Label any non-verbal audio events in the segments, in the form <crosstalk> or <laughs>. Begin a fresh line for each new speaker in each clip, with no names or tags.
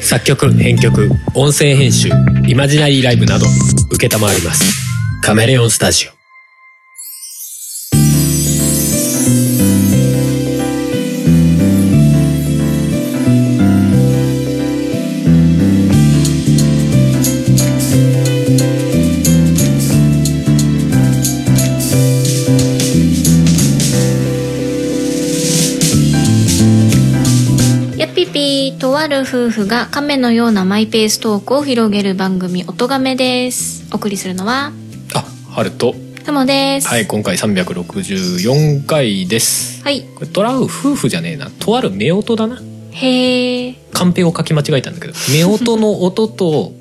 作曲編曲音声編集イマジナリーライブなど承りますカメレオンスタジオ
やっぴぴーとある夫婦が亀のようなマイペーストークを広げる番組「おとがめ」ですお送りするのは
あハルト
ふもです
はい今回364回です
はい
これトラウ夫婦じゃねえなとある夫婦だな
へえ
カンペを書き間違えたんだけど <laughs> 夫婦の音と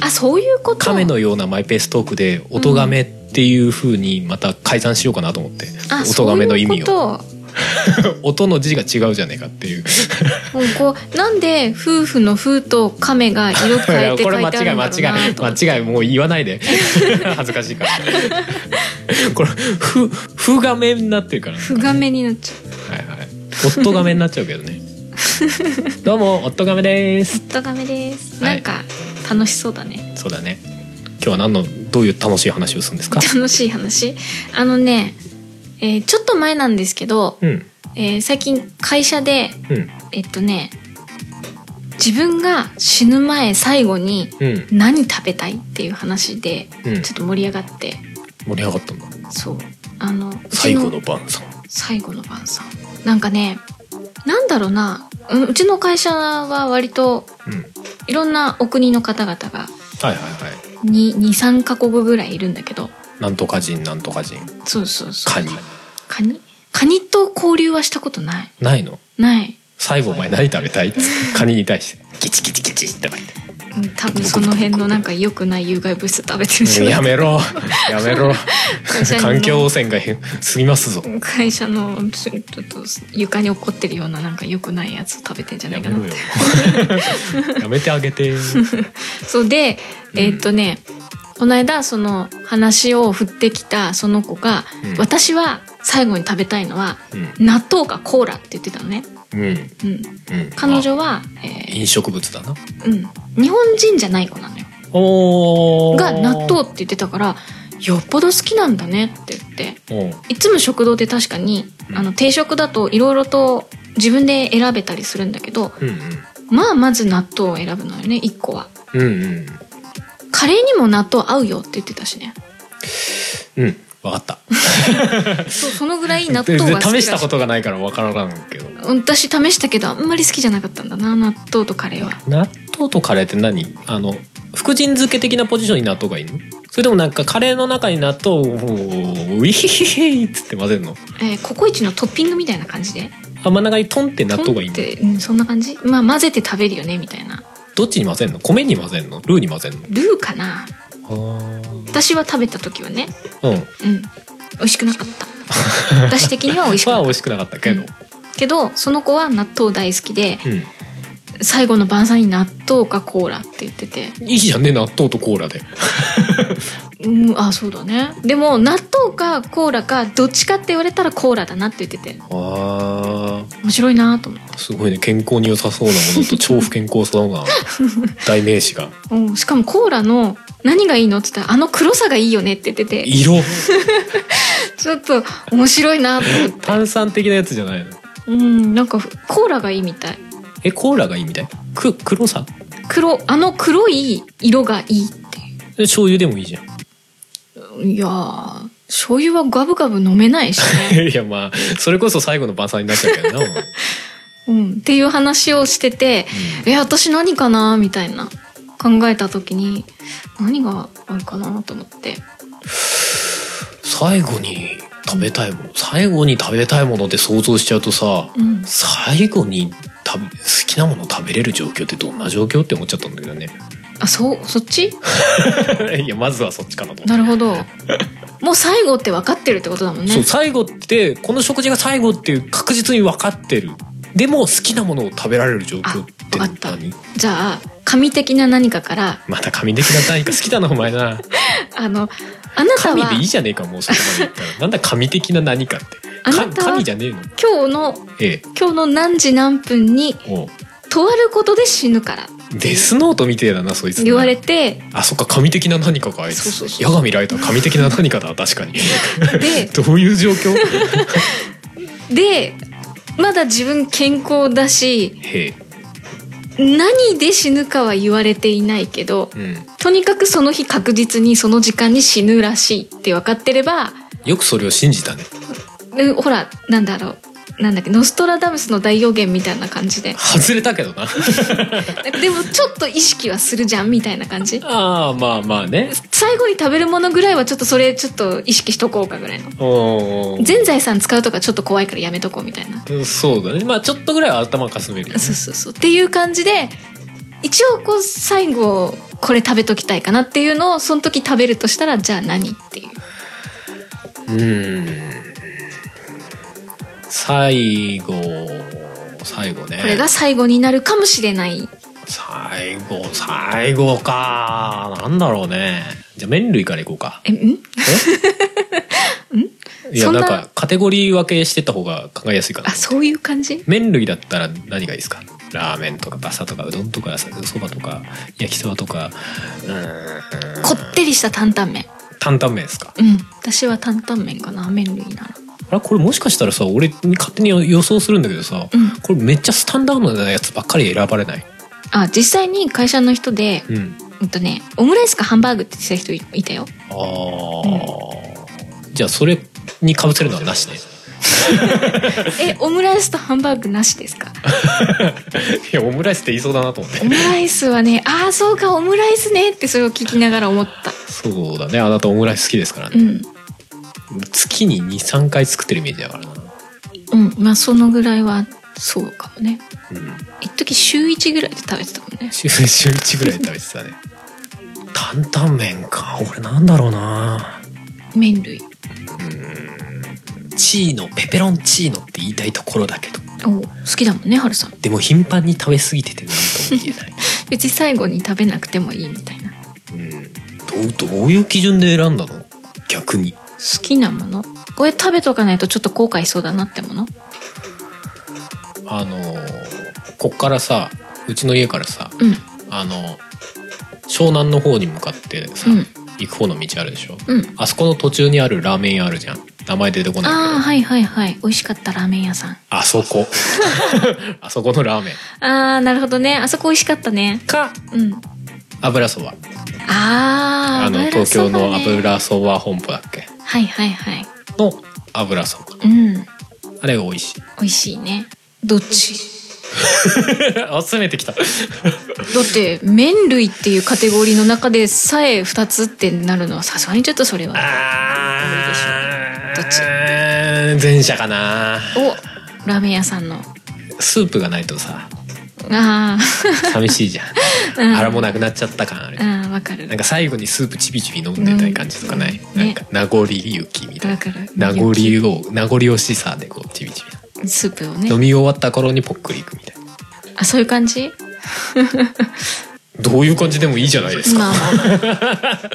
あそういうこと
亀のようなマイペーストークで「音がめ」っていう風にまた改ざんしようかなと思って
あ
音がめの意味
そう
を
いうこと
音の字が違うじゃねえかっていう
もうこうなんで夫婦の「夫」と「亀」が色
い
変え
や <laughs>
て
こ
書
れ間
いてあ
違
る
い
ん
間
だろう
違
ないと思って
間違いもう言わない
<laughs>
で恥ずかしいから <laughs> これ「ふ」「ふがめ」になってるから、
「ふがめ」になっちゃう
はいはい夫がめになっちゃうけど
<laughs>
ねどうも夫がめです
「夫がめ」です、
はい
なんか楽しそうだね
そうだね今日は何のどういう楽しい話をするんですか
楽しい話あのね、えーちょっと前なんですけど、
うん
えー最近会社で
うん
えっとね自分が死ぬ前最後に
うん
何食べたいっていう話で
うん
ちょっと盛り上がって、
盛り上がったんだ
そうあのうち
最後の晩さん
最後の晩餐なんかねなんだろうなうんうちの会社は割と
うん
いろんなお国の方々が
はいはいはい
23カ国ぐらいいるんだけど
なんとか人なんとか人
そうそうそう
カニ
カニカニと交流はしたことない
ないの
ない
最後お前何食べた
<laughs>
いってカニに対してギチギチギチって書いて
うん多分その辺のなんか良くない有害物質食べてるじゃない
やめ <laughs> ろやめろ
会社に
環境汚染がへすぎますぞ
会社のちょっと床に落っこってるようななんか良くないやつを食べてんじゃな
や
い
め
かな
ろ
っ
よ <laughs>
て
やめてあげ
<laughs>
て
そうで
うん
えーっとね、この間その話を振ってきたその子が、
うん
私は最後に食べたいのは
うん
納豆かコーラって言ってたのね、
うん
うん、
うん
彼女は、え
飲食物だな
ーうん、日本人じゃない子なのよ
おー
が納豆って言ってたからよっぽど好きなんだねって言って
おう
いつも食堂で確かに、
うん
あの定食だといろいろと自分で選べたりするんだけど
うん
まあまず納豆を選ぶのよね1個は
うんうんうん
カレーにも納豆合うよって言ってたしね
うんわかった
そうそのぐらい納豆
全
が好
然試
きだ
したことがないからわからんけど
私試したけどあんまり好きじゃなかったんだな納豆とカレーは
納豆とカレーって何あの福神漬け的なポジションに納豆がいいのそれともなんかカレーの中に納豆をウィヒヒヒっつって混ぜるの
えーココイチのトッピングみたいな感じで
あ真ん中にトンって納豆がいい
ポンっ
の
て、うん、そんな感じまあ混ぜて食べるよねみたいな
どっちに混ぜんの米に混ぜんのルーに混ぜんの
ルーかな
あ
私は食べた時はね
ーうん
うん美味しくなかった
<laughs>
私的には美味しくな
は
か
美
っ
味しくなかったけど
たけどその子は納豆大好きで
うん、
最後の晩餐に納豆かコーラって言ってて
いいじゃんね納豆とコーラで
うんあそうだねでも納豆かコーラかどっちかって言われたらコーラだなって言ってて
あ
面白いなと思って
ーすごいね健康に良さそうなものと超不健康そう
<laughs>
な代名詞が
うんしかもコーラの何がいいのって言ったらあの黒さがいいよねって言ってて
色
ちょっと面白いなと思って
炭酸的なやつじゃないの
うんなんかコーラがいいみたい
えコーラがいいみたいく黒さ
黒あの黒い色がいいっていう
で醤油でもいいじゃん <laughs>
いやー醤油はガブガブ飲めないし <laughs> ね、
いやまあそれこそ最後の晩餐になっちゃうけ
<laughs>
どな、お前
うん、っていう話をしててえ私何かなみたいな考えた時に何があるかなと思って
最後に食べたいもの最後に食べたいものって想像しちゃうとさ
うん
最後に食べ好きなもの食べれる状況ってどんな状況って思っちゃったんだけど
<laughs>
ね
あそうそっち
いやまずはそっちかなと思
な
って
るほどもう最後って分かってるってことだもんね
そう最後ってこの食事が最後っていう確実に分かってるでも好きなものを食べられる状況って
あわかった
何
じゃあ神的な何かから
また神的な単位か好きだなお前な
<laughs> あのあなたは
神でいい
今
じゃねえかもうそこまで言った
<laughs>
らなんだ神的な何かって
あな
か
たは
神じゃねえの
日の
ええ
今日の何時何分に
おう
東とあることで死ぬから
デスノートみてえだなそいつな
言われて
あそっか神的な何かかあいつ
そうそうそう
矢神ライター神的な何かだ確か
<laughs>
に <laughs>
で
どういう状況
でまだ自分健康だし
へえ
何で死ぬかは言われていないけど
うん
とにかくその日確実にその時間に死ぬらしいって分かってれば
よくそれを信じたね
うんほらなんだろうなんだっけノストラダムスの大予言みたいな感じで
外れたけどな
なんかでもちょっと意識はするじゃんみたいな感じ
ああまあまあね
最後に食べるものぐらいはちょっとそれちょっと意識しとこうかぐらいの
お
全財産使うとかちょっと怖いからやめとこうみたいな
そうだねまあちょっとぐらいは頭かすめるよね
そうそうそうっていう感じで一応こう最後これ食べときたいかなっていうのをその時食べるとしたらじゃあ何っていう
うーん最後最後ね
これが最後になるかもしれない
最後最後かなんだろうねじゃあ麺類からいこうか
えん
いや
そん
な
なん
かカテゴリー分けしてった方が考えやすいかな
あそういう感じ
麺類だったら何がいいですかラーメンとかパスタとかうどんとかさそばとか焼きそばとかうーん
こってりした担々麺
担々麺ですか
うん私は担々麺かな麺類なら
あれこれもしかしたらさ俺勝手に予想するんだけどさ、
うん
これめっちゃスタンダードなやつばっかり選ばれない
あ実際に会社の人で
うん
うんとねオムライスかハンバーグって言ってた人いいたよ
あー、じゃあそれにかぶせるのはなしね
えオムライスとハンバーグなしです
<laughs>
か
いやオムライスって言いそうだなと思って
オムライスはねああそうかオムライスねってそれを聞きながら思った
そうだねあなたオムライス好きですから
う
ね、
ん
月に23回作ってるイメージだからな
うんまあそのぐらいはそうかもね
うん
一時週1ぐらいで食べてたもんね
週週1ぐらい食べてたね担々麺か俺なんだろうな
麺類
チーノペペロンチーノって言いたいところだけど
お好きだもんねハルさん
でも頻繁に食べ過ぎてて何とも言えない
別に最後に食べなくてもいいみたいな
<laughs> うんどうどういう基準で選んだの逆に
好きなものこれ食べとかないとちょっと後悔しそうだなってもの
あのーこっからさうちの家からさ
うん
あの湘南の方に向かってさ、
うん
行く方の道あるでしょ
うん
あそこの途中にあるラーメン屋あるじゃん名前出てこないけ
あ
ど
あはいはいはい美味しかったラーメン屋さん
あそ
<laughs>
こ <laughs> あそこのラーメン
ああなるほどねあそこ美味しかったね
か
うん
油そば
あー
あの
油
東
そ
京
ば
の
ね
油そば本舗だっけ
はいはいはい
の油そば
うん美
あれが美味
<laughs>
しい
味しいねどっち
集めてき <laughs> た
だって麺類っていうカテゴリーの中でさえ2つってなるのはさすがにちょっとそれは
あ
どっち
ー前者かな
おラーメン屋さんの
スープがないとさ
あ
寂しいじゃん
ー、 <laughs> うん、
腹もなくなっちゃった感ある
あーわ <laughs> かる
なんか最後にスープちびちび飲んでたい感じとかない、
うんね
なんか名残雪みたい
わ
な
かる
名残を名残惜しさでこうちびち
スープを
び
ね
飲み終わった頃にポックリいくみたいな
あそういう感じ
どういう感じでもいいじゃないですか、
まあまあまあ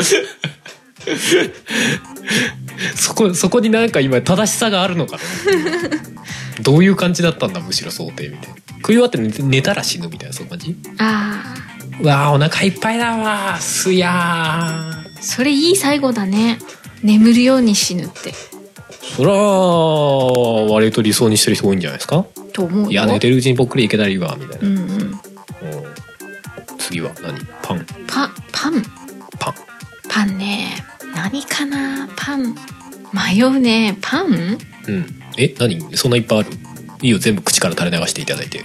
そこそこになんか今正しさがあるのかなどういう感じだったんだむしろ想定みたいな食い終わって寝て寝たら死ぬみたいなそういう感じ
あ
うわあお腹いっぱいだわーすや
ーそれいい最後だね眠るように死ぬって
ーそらー割と理想にしてる人多いんじゃないですか
と思うよ
いや寝てるうちにぽっくりいけたらいいわみたいな
う、んうん
うん次は何パン
パパン
パン
パンね何かなパン迷うねパン
うんえ何そんないっぱいあるいいよ全部口から垂れ流していただいて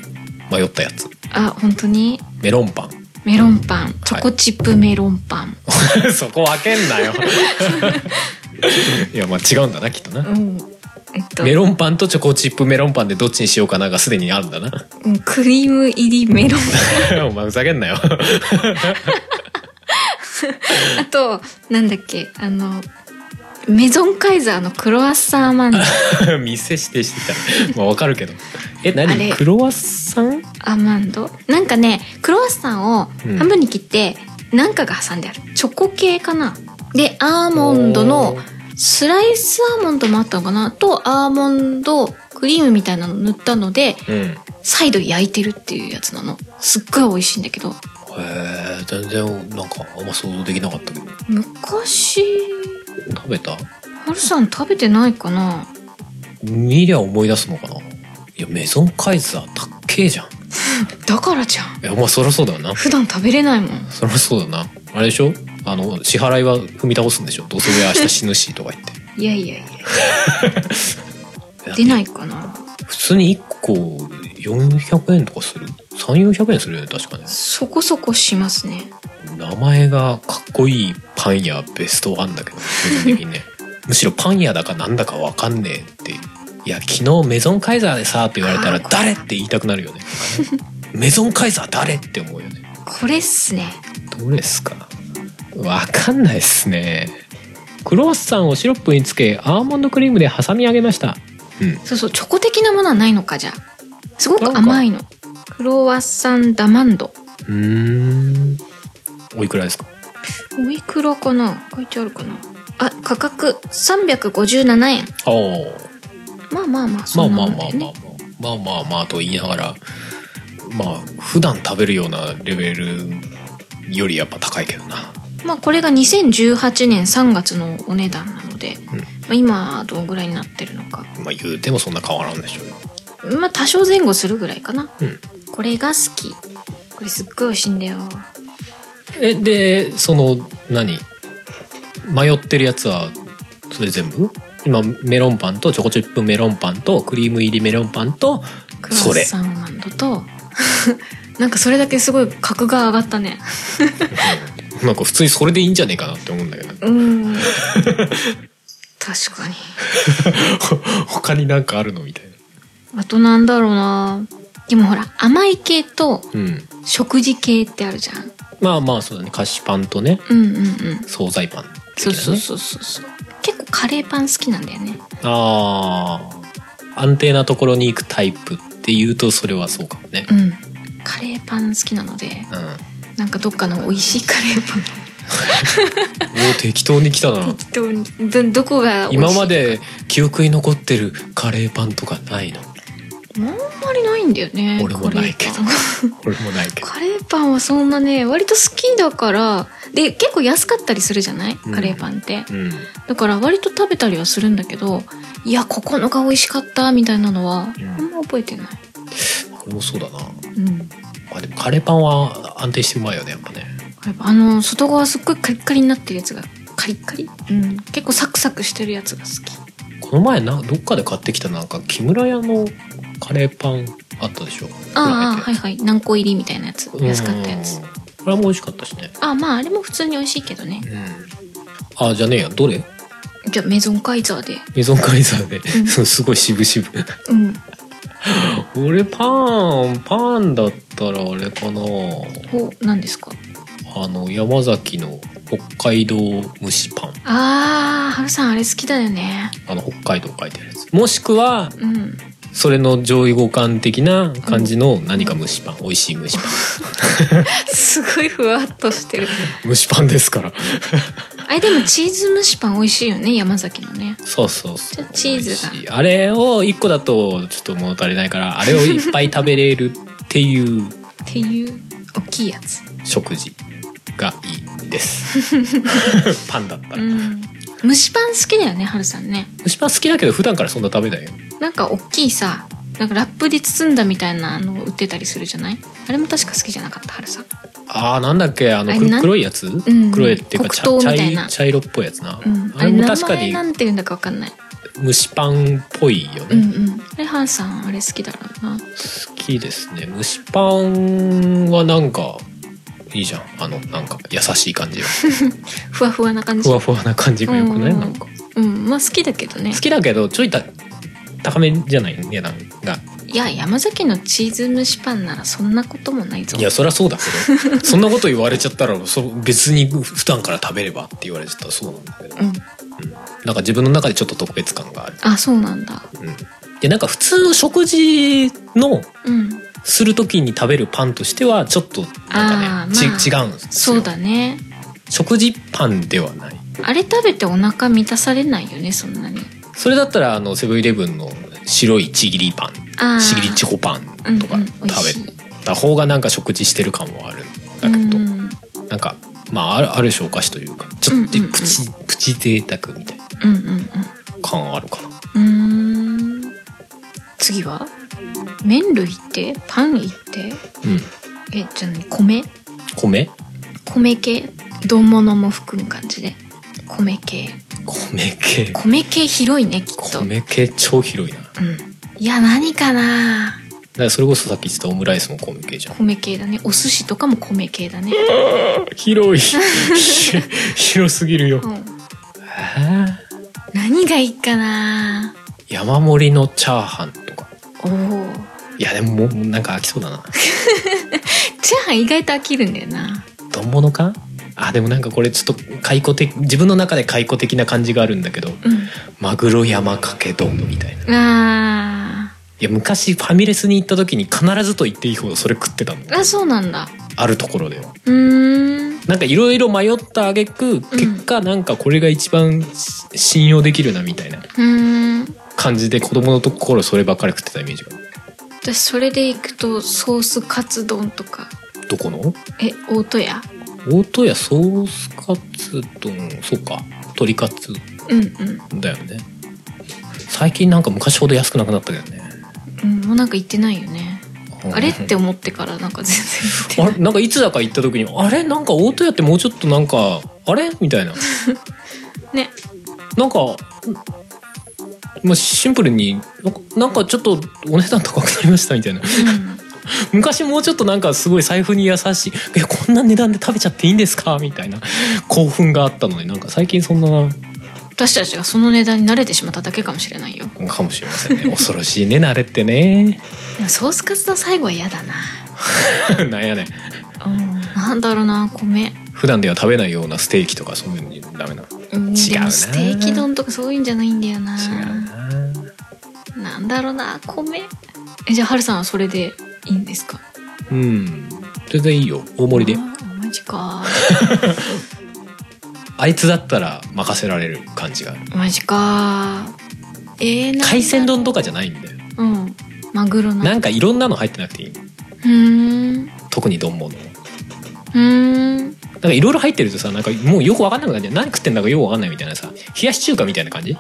迷ったやつ
あ本当に
メロンパン
メロンパンチョコチップメロンパン、
<laughs> そこ分けんなよいやまあ違うんだなきっとな、
うんえっと
メロンパンとチョコチップメロンパンでどっちにしようかながすでにあるんだな <laughs>
うんクリーム入りメロン
お前ふざけんなよ <laughs>
パンあとなんだっけあのメゾンカイザーのクロワッサンマン
<laughs>
ダ
店指定してたらまあわかるけどえ
あれ
何クロワッサン
アマンドなんかねクロワッサンを
うん
半分に切って何かが挟んであるチョコ系かなでアーモンドのスライスアーモンドもあったのかなとアーモンドクリームみたいなの塗ったので
うんへ
再度焼いてるっていうやつなのすっごい美味しいんだけど
え全然なんかあんま想像できなかったけど
昔
食べた
ハルさん食べてないかな
見りゃ思い出すのかないやメゾンカイザーたっけえじゃん
だからじゃん
いやまあそりゃそうだよな
普段食べれないもん
そりゃそうだなあれでしょあの支払いは踏み倒すんでしょどうせ俺明日死ぬしとか言って
いやいやいや
や
出ないかな
普通に1個400円とかする3400円するよね確かね
そこそこしますね
名前がかっこいいパン屋ベストワンだけど個人的にねむしろパン屋だかなんだかわかんねえっていや昨日メゾンカイザーでさって言われたら
あー
誰って言いたくなるよねメゾンカイザー誰って思うよね
これっすね
どれっすかわかんないっすねクロワッサンをシロップにつけアーモンドクリームで挟み上げましたうん
そうそうチョコ的なものはないのかじゃあすごく甘いのクロワッサンダマンド
うーんおいくらですか
おいくらかな書いてあるかなあ価格357円
ああ
まあまあまあ
ま
そ
あ
ん
ま
な
あ
もん
ま
だ
あ
よ
まあ
ね
まあまあまあと言いながらまあ普段食べるようなレベルよりやっぱ高いけどな
まあこれが2018年3月のお値段なので、
うん
まあ、今どんぐらいになってるのか
まあ言うてもそんな変わらんでしょうよ
まあ多少前後するぐらいかな
うん
これが好きこれすっごい美味しいんだよ
えでその何迷ってるやつはそれ全部今メロンパンとチョコチップメロンパンとクリーム入りメロンパンと
クロ
そ
ワッ
れ
サンマンドと <laughs> なんかそれだけすごい格が上がったね
うんなんか普通にそれでいいんじゃねえかなって思うんだけど
うーん <laughs> 確かに
他になんかあるのみたいな
あとなんだろうなでもほら甘い系と
うん
食事系ってあるじゃん
まあまあそうだね菓子パンとね
うんうんうん
惣菜パン的
そ
なね
うそうそうそうそう結構カレーパン好きなんだよね
ああ安定なところに行くタイプっていうとそれはそうかもね
うんカレーパン好きなので
うん、
なんかどっかの美味しいカレーパン
おー適当に来たな
<laughs> 適当にどどこが美味しい
今まで記憶に残ってるカレーパンとかないの
あんまりないんだよね
俺もないけど
カレーパン
俺もないけど
<laughs> カレーパンはそんなね割と好きだからで結構安かったりするじゃない
うん
カレーパンって、
うん
だから割と食べたりはするんだけどいやここのが美味しかったみたいなのは
うん
あんま覚えてない、
俺もそうだな
うん、
まあでもカレーパンは安定してうまいよねやっぱね
カレーパンあの外側すっごいカリッカリになってるやつがカリッカリ、うん、結構サクサクしてるやつが好き
この前などっかで買ってきたなんか木村屋のカレーパンあったでしょ
ああ
フラ
はい
イ
はい何個入りみたいなやつ
で
安かったやつ
うんこれも美味しかったしね
あまああれも普通に美味しいけどね
うんあじゃねえやどれ
じゃあメゾンカイザーで
メゾンカイザーで、
ん
そう <laughs> すごい渋々 <laughs>
うん
俺パンパンだったらあれかな
ほう何ですか
あの山崎の北海道蒸しパン
あーはるさんあれ好きだよね
あの北海道書いてあるやつもしくは
うん
それの上位互換的な感じの何か蒸しパン、美味しい蒸しパ
<laughs> すごいふわっとしてる
ン蒸しパンですから
あれでもチーズ蒸しパン美味しいよね山崎のね
そうそうそう
ちょチーズが
美味しいあれを1個だとちょっと物足りないからあれをいっぱい食べれるっていう
っていう大きいやつ
食事がいいです
<laughs>
パンだったら、
うん蒸しパン好きだよねはるさんね
蒸しパン好きだけど普段からそんな食べないよ
なんか大きいさなんかラップで包んだみたいなの売ってたりするじゃないあれも確か好きじゃなかったはるさん
あーなんだっけあの
あれ
黒
なん
黒いやつ、
ん
黒いっていうか茶
黒糖
茶
みたい
い
な
茶色っぽいやつな、
うん、
あ
あ
れ
れ
も
名
確か
前
に
なんて言うんだか分かんない
蒸しパンっぽいよね、
うんうんあれはるさんあれ好きだろうな
好きですね蒸しパンはなんかいいじゃんあのなんか優しい感じが
ふわふわな感
<laughs>
じ
ふわふわな感じがよくない、
うん
なんか
うんまあ好きだけどね
好きだけどちょいた高めじゃない値段が
いや山崎のチーズ蒸しパンならそんなこともないぞ
いやそりゃそうだけど <laughs> そんなこと言われちゃったらそ別に普段から食べればって言われちゃったらそうなんだけど、
うん
なんか自分の中でちょっと特別感がある、
あそうなんだ
うん、でなんか普通食事の
うん
する時に食べるパンとしてはちょっとなんかね、
あーまあ
ち違うんですよ
そうだね
食事パンではない
あれ食べてお腹満たされないよねそんなに
それだったらあのセブンイレブンの白いちぎりパ
あー
ンちぎりちほパンとか
うんうん美味しい
食べた方がなんか食事してる感はあるんだけど、
うん
なんかまああるある種お菓子というかちょっと
うんうんうん
プチ、プチ贅沢みたいな
うん
感あるかな
うんうんうーん次は麺類ってパン行っ
う
て
ん
えじゃあ何米
米
米系丼物も含む感じで米系
米系
米系広いねきっと
米系超広いなだか
うんいや何かな
らそれこそさっき言ってたオムライスも米系じゃん
米系だねお寿司とかも米系だね <laughs>
広い広すぎるよ、
うん
えー
何がいいかな
山盛りのチャーハンとか
おお
いやでももうなんか飽きそうだな
チャーハン意外と飽きるんだよな
丼物かあでもなんかこれちょっと解雇的自分の中で解雇的な感じがあるんだけど
う
マグロ山かけ丼みたいない
んあ
や昔ファミレスに行った時に必ずと言っていいほどそれ食ってたの
ーあそうなんだ
あるところでは
うーん
なんかいろいろ迷った挙句結果なんかこれが一番し信用できるなみたいな
うーん
感じで子供のところそればっかり食ってたイメージが
私それでいくとソースカツ丼とか
どこの
え大戸屋
大戸屋ソースカツ丼そうか鶏カツ
うんうん
だよね最近なんか昔ほど安くなくなったけどね
うんもうなんか行ってないよねあれって
うん
思ってからなんか全然
あ
行って
れなんかいつだか行った時にあれなんか大戸屋ってもうちょっとなんかあれみたいな
ないね
なんか、まあ、シンプルになんかなんかちょっとお値段高くなりましたみたいな昔もうちょっとなんかすごい財布に優しいえこんな値段で食べちゃっていいんですかみたいな興奮があったのになんか最近そんな
うん私たちがその値段に慣れてしまっただけかもしれないよ
かもしれませんね恐ろしいね慣れってね <laughs>
でもソースカツ丼最後は嫌だな
なんやねん
うんなんだろうな米
普段では食べないようなステーキとかそういうのにダメな
うん
違う
で
な
もステーキ丼とかそういうんじゃないんだよな
違うな
なんだろうな米えじゃあはるさんはそれでいいんですか
うん全然いいよ大盛りで
あーマジか
あいつだったら任せられる感じがある
マジかえー、なんだろう
海鮮丼とかじゃないんだよ
うんマグロの
なんかいろんなの入ってなくていいう
ーんう
特に丼物
ーん
なんかいろいろ入ってるとさなんかもうよく分かんなくなっちゃう何食ってんだかよく分かんないみたいなさ冷やし中華みたいな感じ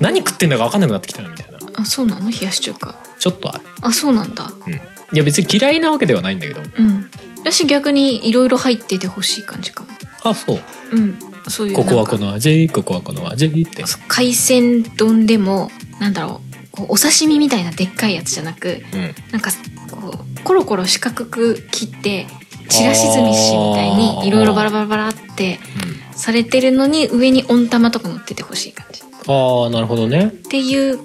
何食ってんだか分かんなくなってきたなみたいな
あそうなの冷やし中華
ちょっとある
あそうなんだ
うんいや別に嫌いなわけではないんだけど
うん私逆にいろいろ入っててほしい感じかも
あそう
うんそういう
ここはこ
なんか
の味ここはこの味って
そう海鮮丼でもなんだろうこうお刺身みたいなでっかいやつじゃなく
うん
なんかこうコロコロ四角く切ってちらしずみしみたいにいろいろバラバラバラってされてるのに上に温玉とか乗っててほしい感じっ
ああなるほどね
ていう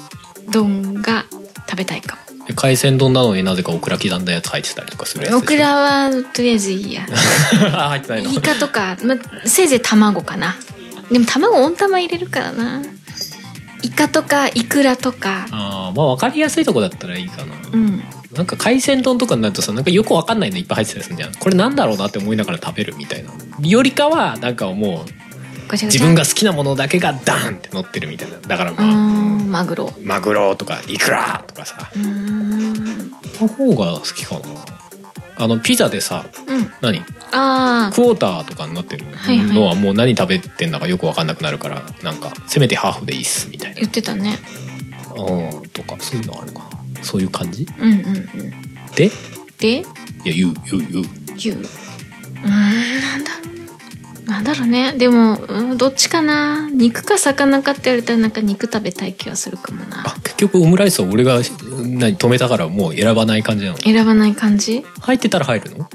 丼が食べたいか
海鮮丼なのになぜかオクラ刻んだやつ入ってたりとかするやつ
もオクラはとりあえずいい <laughs> や
<laughs> あ入ってないの
イカとか、ま、せいぜい卵かなでも卵温玉入れるからなイカとかイクラとか
あーまあ分かりやすいとこだったらいいかな、
うん
なんか海鮮丼とかになるとさなんかよく分かんないのいっぱい入ってたりするじゃんこれなんだろうなって思いながら食べるみたいなよりかはなんかもう
ガチャガチャ
自分が好きなものだけがダーンって乗ってるみたいなだから
うー
まあ
んマグロ
マグロとかイクラとかさ
うーん
の方が好きかなあのピザでさ
うん
何
あ
クォーターとかになってる
はいはい
のはもう何食べてんだかよく分かんなくなるからなんかせめてハーフでいいっすみたい
ー
な
言ってたね
うんとかそういうのあるかなそういう感じ
うんうんうん
でい
で
や言う言う言う
牛うーんなんだろうなんだろうねでも、うん、どっちかな肉か魚かって言われたらなんか肉食べたい気はするかもな
あ結局オムライスは俺がうん何止めたからもう選ばない感じなの
選ばない感じ
入ってたら入るの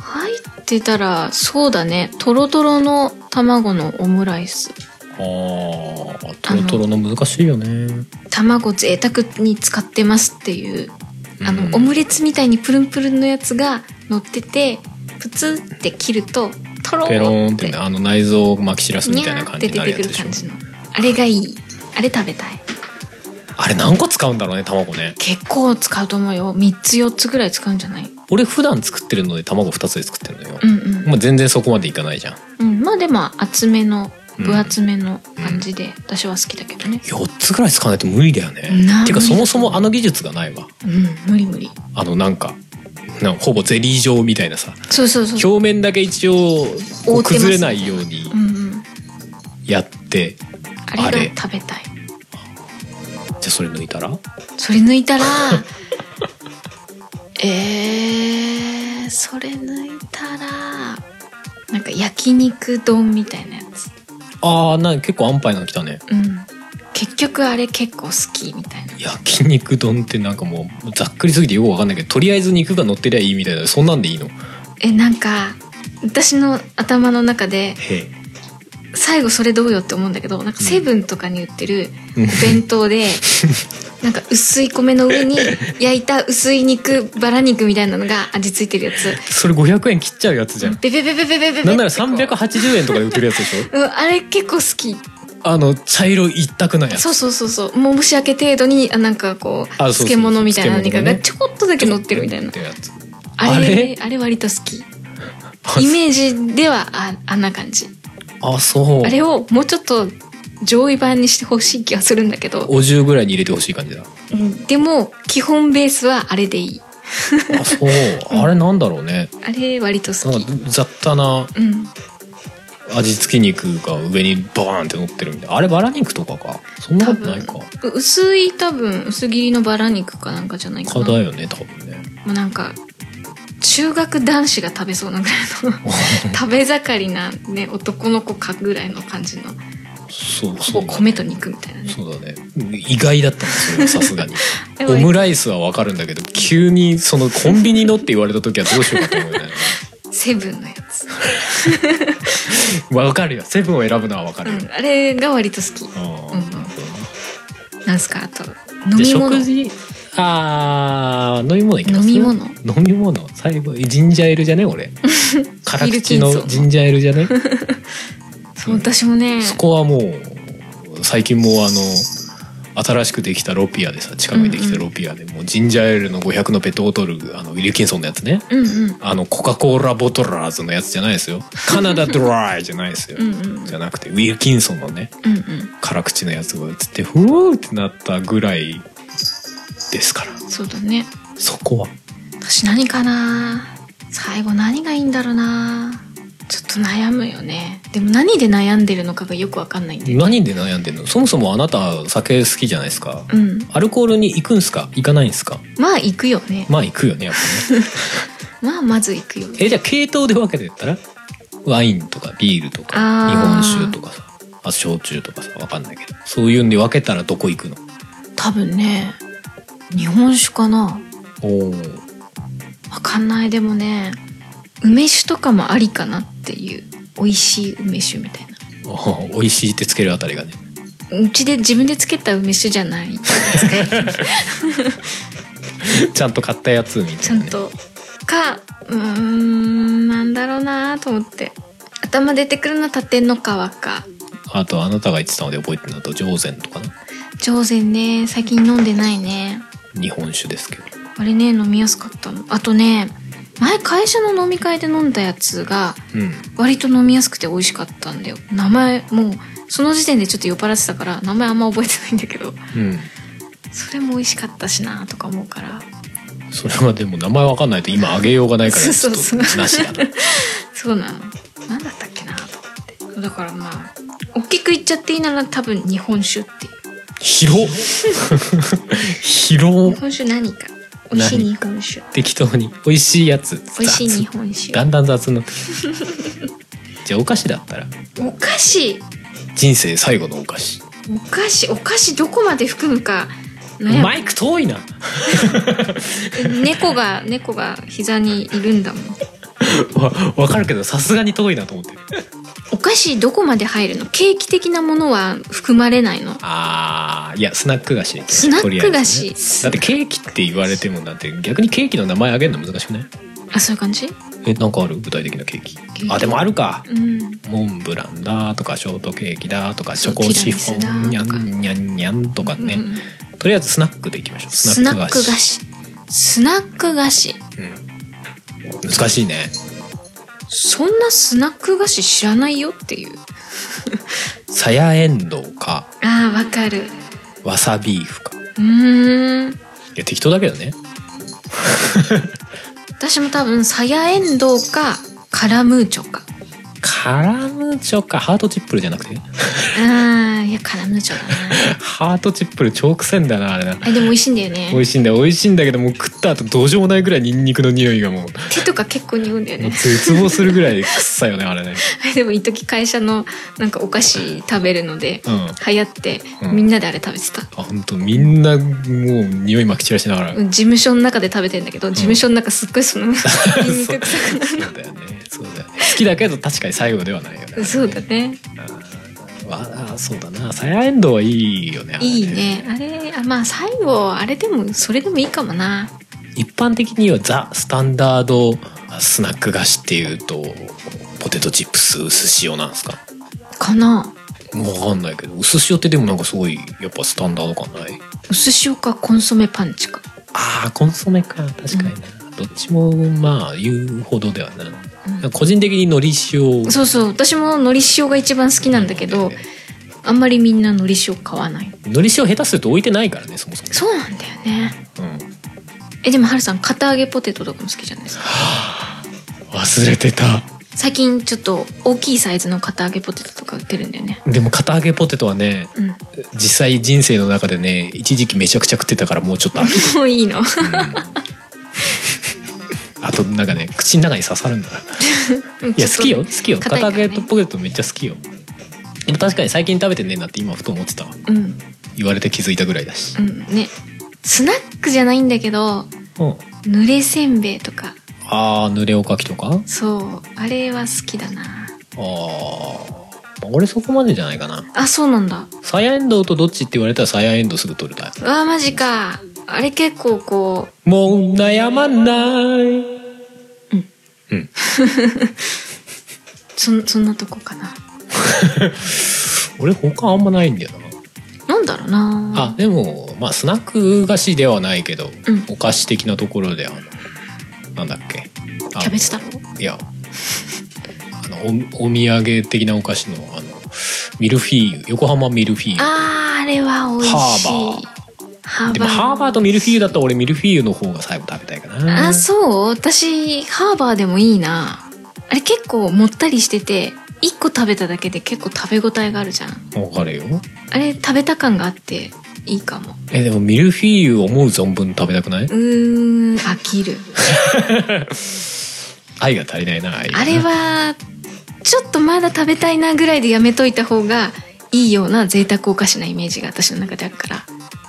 入ってたらそうだねとろとろの卵のオムライス
あートロトロの難しいよね
卵贅沢に使ってますっていうあの、
うん
オムレツみたいにプルンプルンのやつが乗っててプツって切るととろ
ペローン
ー
っ
ってて
ねあの内臓をまき散らすみ
に
たい
ゃ
な
ーっ
感
て
じに
出
なる
て
や
く
つ
る
でしょ
感じのあれがいいあれ食べたい
あれ何個使うんだろうね卵ね
結構使うと思うよ3つ4つぐらい使うんじゃない
俺普段作ってるので卵2つで作ってるのよ
う、んうん、
まあ、全然そこまでいかないじゃん
うん、まあでも厚めの
うん
分厚めの感じで、私は好きだけどね
4つぐらい使わないと無理だよね
な
ていうか
無理
そもそもあの技術がないわ
うん無理無理
あのなんかなんかほぼゼリー状みたいなさ
そうそうそう
表面だけ一応こ
覆
う
ってます
崩れないように
うんうん
やって
あ
あ
れ
れ
が食べたい
じゃあそれ抜いたら
それ抜いたら <laughs> えー、それ抜いたらなんか焼肉丼みたいなやつ
あーなんか結構安牌なの来たね
うん結局あれ結構好きみたいな
焼肉丼ってなんかもうざっくりすぎてよくわかんないけどとりあえず肉が乗ってりゃいいみたいなそんなんでいいのへ
えなんか私の頭の中で
え
最後それどうよって思うんだけどなんかセブンとかに売ってる
うん
お弁当
<laughs>
でなんか薄い米の上に焼いた薄い肉バラ肉みたいなのが味付いてるやつ
それ500円切っちゃうやつじゃん
ベベベベベベベベ
なんなら
ってこ
380円とかで売ってるやつでしょ
ううん、あれ結構好
あの茶色一択なや
き
つ
そうそうそうそうもう申し訳程度にあなんかこう
あそうそう
漬物みたいなの
漬物ね
がちょこっとだけ乗ってるみたいな
ってやつ
あ
あ
れ
れ
あれ割と好きイメージではああんな感じ
あそう
あれをもうちょっと上位版にしてほしい気がするんだけど、
お重ぐらいに入れてほしい感じだ
うんでも基本ベースはあれでいい
あそうあれなんだろうね
あれ割と
な
好
ん
き
か雑多な
うん
味付き肉が上にバーンって乗ってるみたいなあれバラ肉とかかそんな
多
こと
分
ないか
う薄い多分薄切りのバラ肉かなんかじゃないか
か
な
だ
も
よね多分ね
うなんか中学男子が食べそうなぐ
<laughs>
らいの食べ盛りなね男の子かぐらいの感じの
そう
ほ
そ
ぼ
うだ
米と肉みたいなね
そうだね意外だったのそれはさすがに
<laughs> でも
オムライスはわかるんだけど急にそのコンビニのって言われた時はどうしようかと思うよね
セブンのやつ、
わかるよセブンを選ぶのはわか
う
るよ、
ん、あれが割と好き
あ
うん
ーなるほどね
なんすかあと飲
じ
み
ゃあ
物
食事あー飲み物いきます
飲み物
飲み物最後ジンジャーエールじゃね
<laughs>
俺辛口
ウィル
の
キンソン
ジンジャーエールじゃね
そう私もね
そこはもう最近もうあの新しくできたロピアでさ近くにできたロピアで、もうジンジャーエールの500のペットボトルあのウィルキンソンのやつね
うんうん
あのコカ・コーラボトラーズのやつじゃないですよカナダドライじゃないですよ
うんうん
じゃなくてウィルキンソンのね
うんうん
辛口のやつが映ってふうーってなったぐらいですから
そうだね
そこは
私何かな最後何がいいんだろうなちょっと悩むよねでも何で悩んでるのかがよくわかんないんで
何で悩んでんのそもそもあなた酒好きじゃないですか、
うん
アルコールに行くんすか行かないんすか
まあ行くよね
まあ行くよねやっぱね
まあまず行くよね
えじゃあ系統で分けてったらワインとかビールとか
あー
日本酒とかさあ焼酎とかさ分かんないけどそういうんで分けたらどこ行くの
多分ね日本酒かな
おお
わかんないでもね梅酒とかもありかなっていう美味しい梅酒みたいな
<laughs> 美味しいってつけるあたりがね <laughs>
うちで自分でつけた梅酒じゃない
ちゃんと買ったやつみ
ち
た
ゃ
いな、
ん
ね、
とかうーんなんだろうなと思って頭出てくるのは立の川か
あとあなたが言ってたので覚えてるのだと上膳とかな
上膳ね最近飲んでないね
日本酒ですけど
あれね飲みやすかったのあとね前会社の飲み会で飲んだやつが
うん
割と飲みやすくて美味しかったんだよ名前もうその時点でちょっと酔っ払ってたから名前あんま覚えてないんだけど
うん
それも美味しかったしなとか思うから
それはでも名前わかんないと今あげようがない
<laughs>
からちょっとなしだな
そうなの何だったっけなと思ってだからまあ大きく言っちゃっていいなら多分日本酒っていう
広っ広
日
っ
本酒何か美味しい日本酒
適当に美味しいやつ
美味しい
雑
日本酒
だんだん雑になってくるじゃあお菓子だったら
お菓子
人生最後のお菓子
お菓子お菓子どこまで含むか悩む
マイク遠いな
猫が猫が膝にいるんだもん
わわかるけどさすがに遠いなと思って
お菓子どこまで入るのケーキ的なものは含まれないの
あーいやスナック菓子でいいね
スナック菓子
とりあえずねだってケーキって言われてもなんて逆にケーキの名前あげるの難しくない
あそういう感じ
えなんかある具体的なケーキ
ーキ
あでもあるか
うん
モンブランだとかショートケーキだとかチ
そう
ョコシフォン
テ
に
ィ
ゃ
ラミスだとか
んにゃんにゃんとかね、
うん
とりあえずスナックでいきましょう
スナック菓子スナック菓子
うん難しいね
そんなスナック菓子知らないよっていう
さやえんどうか
あーわかる
わさビーフか
うーん
いや適当だけどね
私も多分さやえんどうかカラムーチョか
カラムーチョかハートチップルじゃなくて <laughs>
あーいやカラムーチョだな
ハートチップル超くせんだなあれな
あでも美味しいんだよ
美
ね
味しいんだよ美味しいんだけどもう食った後どうしようもないぐらいニンニクの匂いがもう
手とか結構匂うんだよ
もう
ね
絶望するぐらい臭いよねあれね
<laughs> でも一時会社のなんかお菓子食べるので
うん
流行って
うん
みんなであれ食べてた、
あ本当みんなもう匂いまき散らしながら、
うん事務所の中で食べてんだけど事務所の中すっごい
<laughs>
そのニンニク臭くな
そ
る
うだよねそうだよね好きだけど確かに最後ではないよね
そうだね
わあそうだなサヤエンドはいいよねあれね
いいねあれあまあ最後あれでもそれでもいいかもな
一般的にはザ・スタンダードスナック菓子っていうとポテトチップス薄塩なんですか
かな
もう分かんないけど薄塩ってでもなんかすごいやっぱスタンダード感ない
薄塩かコンソメパンチか
あーコンソメか確かにな、どっちもまあ言うほどではない、
う
個人的に海苔塩
そうそう私も海苔塩が一番好きなんだけどあんまりみんな海苔塩買わない
海苔塩下手すると置いてないからねそもそも
そうなんだよね
うん
えでもはるさん片揚げポテトとかも好きじゃないですか
忘れてた
最近ちょっと大きいサイズの片揚げポテトとか売ってるんだよね
でも片揚げポテトはね
うん <laughs> も
実際人生の中でね一時期めちゃくちゃ食ってたからもうちょっとある
ういいの
あとなんかね口の中に刺さるん
<laughs>
だな
うん
<laughs> いや
ちょっと
好きよ好きよ
硬いか
片
ら
揚
ね
げポテトめっちゃ好きよでも確かに最近食べてねえなって今ふと思ってたわ
うん
言われて気づいたぐらいだし
うんねスナックじゃないんだけど
うん
濡れせんべいとか
あー濡れおかきとか
そうあれは好きだな
あー俺そこまでじゃないかな
あそうなんだ
サヤエンドウとどっちって言われたらサヤエンドウすぐ取るタイプ
うわマジかあれ結構こ
もう悩まない
うそそんなとこかな
俺他あんまないんだよ
なんだろうな
なあでもまあスナック菓子ではないけど、
うん
お菓子的なところであのなんだっけあの
キャベツ太郎
いやあのおお土産的なお菓子のあのミルフィーユ横浜ミルフィーユ
あーあれは美味しい
ハ
ハーバー
でもハーバーとミルフィーユだったら俺ミルフィーユの方が最後食べたいかな
あそう私ハーバーでもいいなあれ結構もったりしてて1個食べただけで結構食べ応えがあるじゃん
わかるよ
あれ食べた感があっていいかも
えでもミルフィーユ思う存分食べたくないう
ーん飽きる
愛が足りないな愛が
あれはちょっとまだ食べたいなぐらいでやめといた方がいいような贅沢おかしなイメージが私の中であるから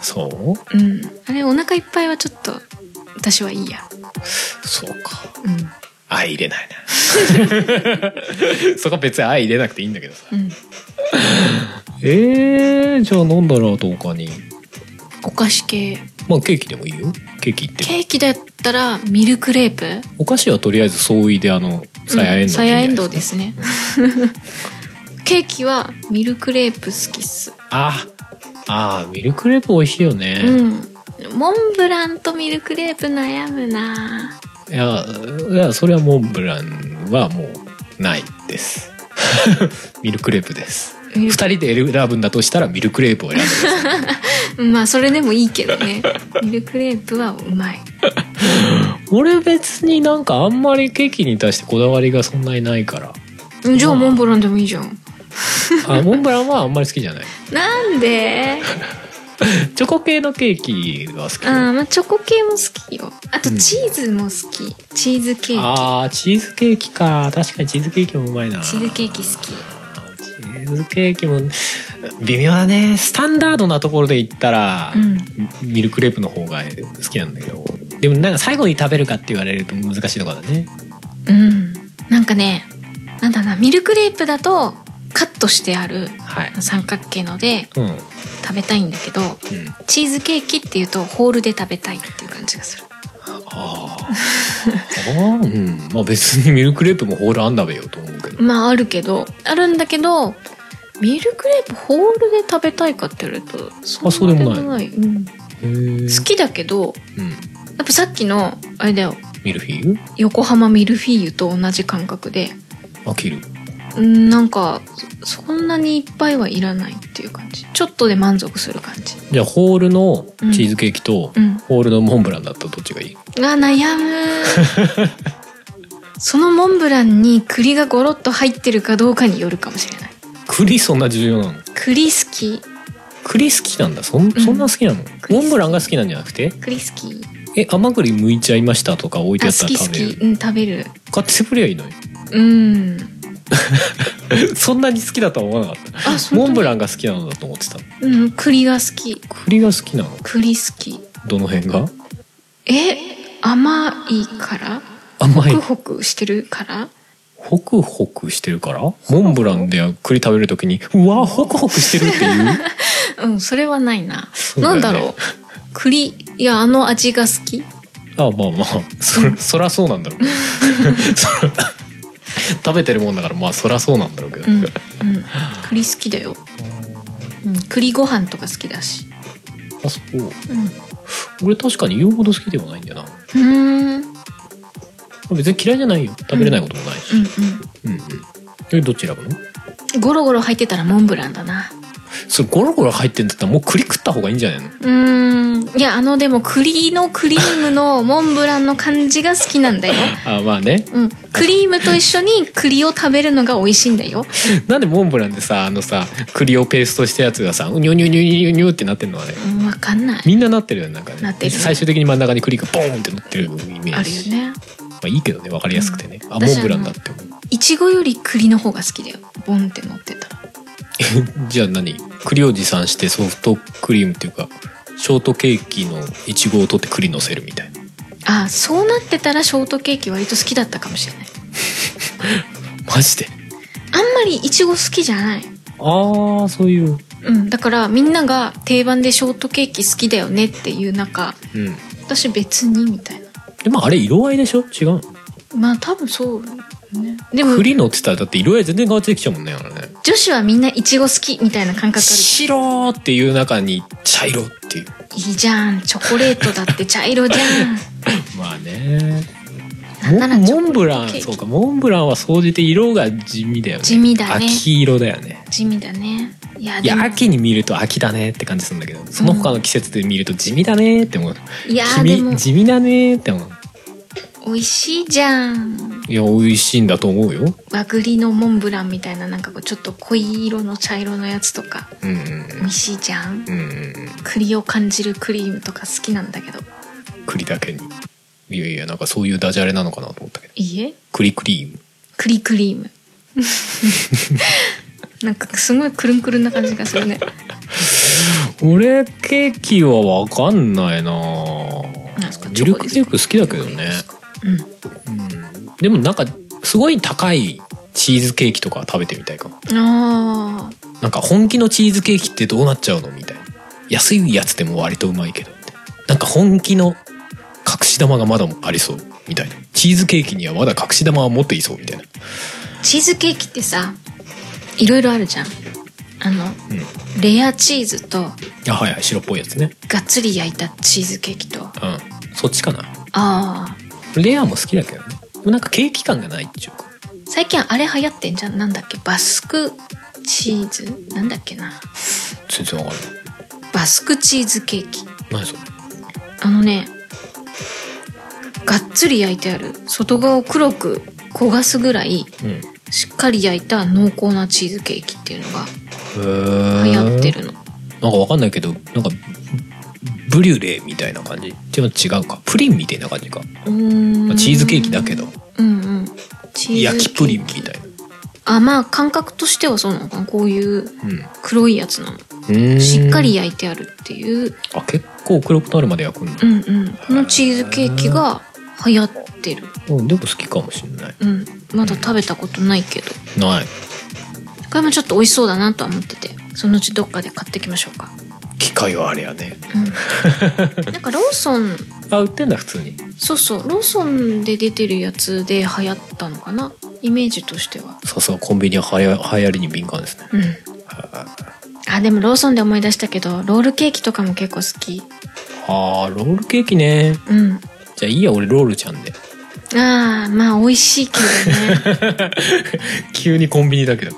そう
うんあれお腹いっぱいはちょっと私はいいや
そうか
う
愛入れない
<laughs>
なそこは別に愛入れなくていいんだけどさ
んうん
えー、じゃあ何だろうと他に
お菓子系
まあケーキでもいいよケーキって
ケーキだったらミルクレープ
お菓子はとりあえず相違であのさやえんどう
さやえんどうですねケーキはミルクレープ好きっす、
ああーミルクレープ美味しいよね、
うんモンブランとミルクレープ悩むない
やいやそれはモンブランはもうないです
<laughs>
ミルクレープです2
ミルク
人で選ぶんだとしたらミルクレープを選ぶんです
まあそれでもいいけどね <laughs> ミルクレープはうまい
俺別になんかあんまりケーキに対してこだわりがそんなにないから
うんじゃあモンブランでもいいじゃん
あモンブランはあんまり好きじゃない
なんで
チョコ系のケーキは好き
あー、まあ、チョコ系も好きよあとチーズも好き、チーズケー
あーチーズケーキか確かにチーズケーキもうまいな
キチーズケーキ好き
チーズケーキも微妙だねスタンダードなところで言ったら、
うん
ミルクレープの方が好きなんだけどでもなんか最後に食べるかって言われると難しいのかだね
うんなんかねなんだろうなミルクレープだとカットしてある
はい
三角形ので
うん、うん、
食べたいんだけどチーズケーキっていうとホールで食べたいっていう感じがする
あ
<laughs>
ーあーうんまあ別にミルクレープもホールアンダーベよと思うけど
まああるけどあるんだけどミルクレープホールで食べたいかって言われるとそ
あそうでもない
んないうん
へえ
好きだけど
うん
やっぱさっきのあれだよ
ミルフィーユ
横浜ミルフィーユと同じ感覚で
飽きる
うんなんかそそんなにいっぱいはいらないっていう感じちょっとで満足する感じ
じゃあホールのチーズケーキと、
うん
ホールのモンブランだったらどっちがいい
が悩む
<laughs>
そのモンブランに栗がゴロッと入ってるかどうかによるかもしれない
栗そんな重要なの
栗好き
栗好きなんだそんそんな好きなの、
栗好き
モンブランが好きなんじゃなくて
栗好き
え甘栗剥いちゃいましたとか置い
あ
てあった
好
ら
き好
食べる
きうん食べる
買ってくりゃいいのに <laughs>
うん
そんなに好きだとは思わなかっ
あ
たモンブラ
ン
ンが好きなのだと思ってた
うん栗が好き
栗が好きなの
栗好き
どの辺が
え甘いから
甘い
ホクホクしてるから
ホクホクしてるからモンブランで栗食べるときにうわホクホクしてるっていう
うんそれはないな、
うだよ
なん
ね
だろう栗いやあの味が好き
あまあまあそそらそうなんだろうけど
<laughs>
そら食べてるもんだからまあそらそうなんだろうけど、
うん、うん、
<laughs>
栗好きだよ、うん、栗ご飯とか好きだし
あそう
うん
俺確かに言うほど好きではないんだよな
うーんうん
別に嫌いじゃないよ食べれないこともないし、うん、うんえどっち選ぶの
うんゴロゴロ入ってたらモンブランだな
それゴロゴロ入ってんだったらもう栗食った方がいいんじゃないの
うーんいやあのでも栗のクリームのモンブランの感じが好きなんだよ
あまあね
うん、クリームと一緒に栗を食べるのが美味しいんだよ
なんでモンブランでさあのさ栗をペーストしたやつがさうにょにょにょにょにょってなってんのあれ
うんわかんない
みんななってるよねなんかね
なってる
最終的に真ん中に栗がボーンって乗ってるイメー
あるよ
ジ、
ね
まあいいけどねわかりやすくてね、あモ
私
ンブランだって思う
いちごより栗の方が好きだよボンって乗ってたら
<laughs> じゃあ何栗を持参してソフトクリームっていうかショートケーキのいちごを取って栗乗せるみたいな
あそうなってたらショートケーキ割と好きだったかもしれない
マジで
あんまりいちご好きじゃない
ああそういう
うん、だからみんなが定番でショートケーキ好きだよねっていう中
うん
私別にみたいな
でもあれ色合いでしょ違うの
まあ多分そうねでも
栗乗ってたらだって色合い全然変わってきちゃうもんねあれね
女子はみんないちご好きみたいな感覚あ
白っていう中に茶色っていう
るいいじゃんチョコレートだって茶色じゃ
まあね
んなんならチョ
モ
コ
ンブラン
ケーキ
そうかモンブランは総じて色が地味だよね
地味だね
秋色だよね
地味だねいや
い
で
や
も
秋に見ると秋だねって感じするんだけどその他の季節で見ると地味だねって思う、
いや
地
でも
味地味だねって思う
美味しいじゃん
いや美味しいんだと思うよ
和栗のモンブランみたいななんかこうちょっと濃い色の茶色のやつとか
うんうん
美味しいじゃん
うんうんうん
栗を感じるクリームとか好きなんだけど
栗だけにいやいやなんかそういうダジャレなのかなと思ったけど
いいえ
栗クリーム
栗クリー <laughs> ムなんかすごいくるんくるんな感じがするね
俺ケーキはわかんないな
なんすか
ミルクシェイク好きだけどね
うん
うんでもなんかすごい高いチーズケーキとかは食べてみたいかも
あー
なんか本気のチーズケーキってどうなっちゃうのみたいな安いやつでも割とうまいけどってなんか本気の隠し玉がまだありそうみたいなチーズケーキにはまだ隠し玉は持っていそうみたいな
チーズケーキってさいろいろあるじゃんあの、レアチーズと
あはいはい白っぽいやつね
がっつり焼いたチーズケーキと
うんそっちかな
あ
レアも好きだけどねでもなんかケーキ感がないっていうか
ー最近あれ流行ってんじゃんなんだっけバスクチーズなんだっけな
全然わかんない
バスクチーズケーキ
何それ
あのねがっつり焼いてある外側を黒く焦がすぐらい
うん
しっかり焼いた濃厚なチーズケーキっていうのが
流
流行ってるの、
なんかわかんないけどなんかブリュレみたいな感じでも違うかプリンみたいな感じか、
うー
まあ
ん
チーズケーキだけど
うんうんチーズケーキ
焼きプリンみたい
あまあ感覚としてはそうなのかなこういう
な
黒いやつなの
うん
しっかり焼いてあるっていう
あ結構黒くなるまで焼くんだ
う、んうんこのチーズケーキが流行ってる
うん、でも好きかもしんない
うんまだ食べたことないけど
ない
これもちょっと美味しそうだなとは思っててそのうちどっかで買ってきましょ <laughs> うか
機械はあれやね
うんなんかローソン
あ売ってんだ普通に
そうそうローソンで出てるやつで流行ったのかなイメージとしては
さすがコンビニははや流行りに敏感ですね
うんあでもローソンで思い出したけどロールケーキとかも結構好き
あーロールケーキね
うん
じゃあいいや俺ロールちゃんで <laughs>
ああまあ美味しいけどね
急にコンビニだけど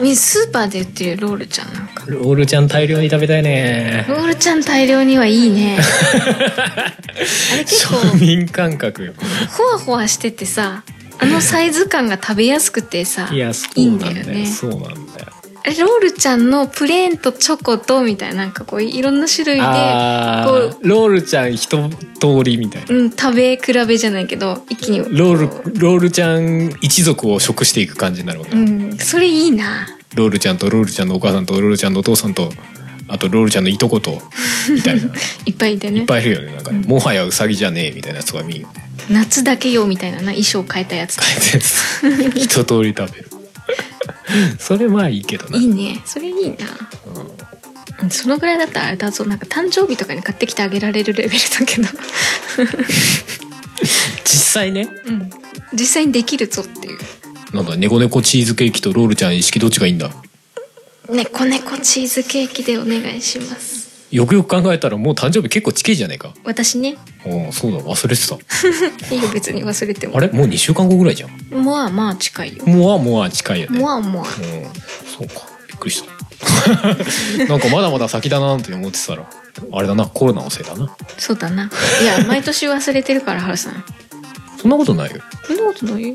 みスーパーで売ってるロールちゃんなんか
ロールちゃん大量に食べたいね
ロールちゃん大量にはいいねあれ結構
庶民感覚よ
ほわほわしててさあのサイズ感が食べやすくてさ
いや
い
そう
い
なん
ん
だ
だ
よ
よね
そうなんだよ
あれロールちゃんのプレーンとチョコとみたいななんかこういろんな種類で
あ
こ
ーロールちゃん一通りみたいな
う、うん、食べ比べじゃないけど一気に
ロールロールちゃん一族を食していく感じになるわけだ、
うんそれいいな
ロールちゃんとロールちゃんのお母さんとロールちゃんのお父さんとあとロールちゃんのいとことみ <laughs> たいない
いっぱいいてね
っぱいいるよねなんかね、もはやウサギじゃねえみたいなやつがみんな
夏だけよみたいなな衣装変えたやつ
回転する一通り食べる <laughs> それまあいいけどない
いねそれいいなうんそのぐらいだったらあれだぞなんか誕生日とかに買ってきてあげられるレベルだけど
実際ね
うん実際にできるぞっていう
なんだ猫猫チーズケーキとロールちゃん一式どっちがいいんだ
猫猫チーズケーキでお願いします
よくよく考えたらもう誕生日結構近いじゃねえか
私ね
おうそうだ忘れてた
いいよ別に忘れても
あれもう2週間後ぐらいじゃん
もあまあ近いよ
もうもう近いよね
もあも
う
あ
んそうかびっくりした <laughs> なんかまだまだ先だなって思ってたらあれだなコロナのせいだな
そうだないや毎年忘れてるから原さん
そんなことないよ、
そんなことないよ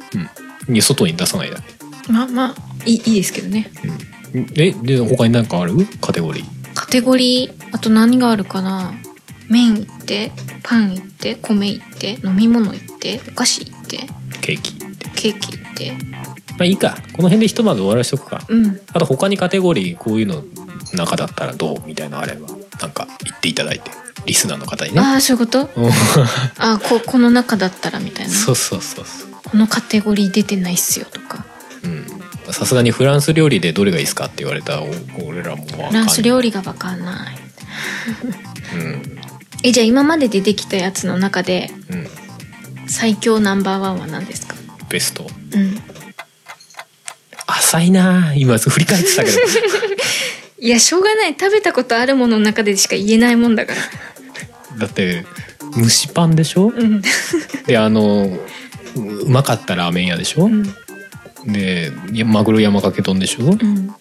うん、に外に出さないだ
まあまあいいいいですけどね
け、うん、えで他に何かあるカテゴリー
カテゴリーあと何があるかな麺行ってパン行って米行って飲み物行ってお菓子行って
ケーキってま
ケーキ行って
あいいかこの辺でひとまず終わらしとくか
うん
あと他にカテゴリーこういうの中だったらどうみたいなのあればなんか言っていただいてリスナーの方にね
ああそういうこと
うん
ああここの中だったらみたい
<laughs>
な
そうそうそうそう
このカテゴリー出てないっすよとか
うんさすがにフランス料理でどれがいいですかって言われたらお俺らもわかんない
フランス料理がわかんない
うん
えじゃあ今まで出てきたやつの中で
うん
最強ナンバーワンは何ですか
ベスト
うん
浅いなあ今振り返ってた
<laughs>
けど
いやしょうがない食べたことあるものの中でしか言えないもんだから
だって蒸しパンでしょ
うん
であのううまかったラーメン屋でしょ、
うん
でやマグロ山かけ丼でしょ
うん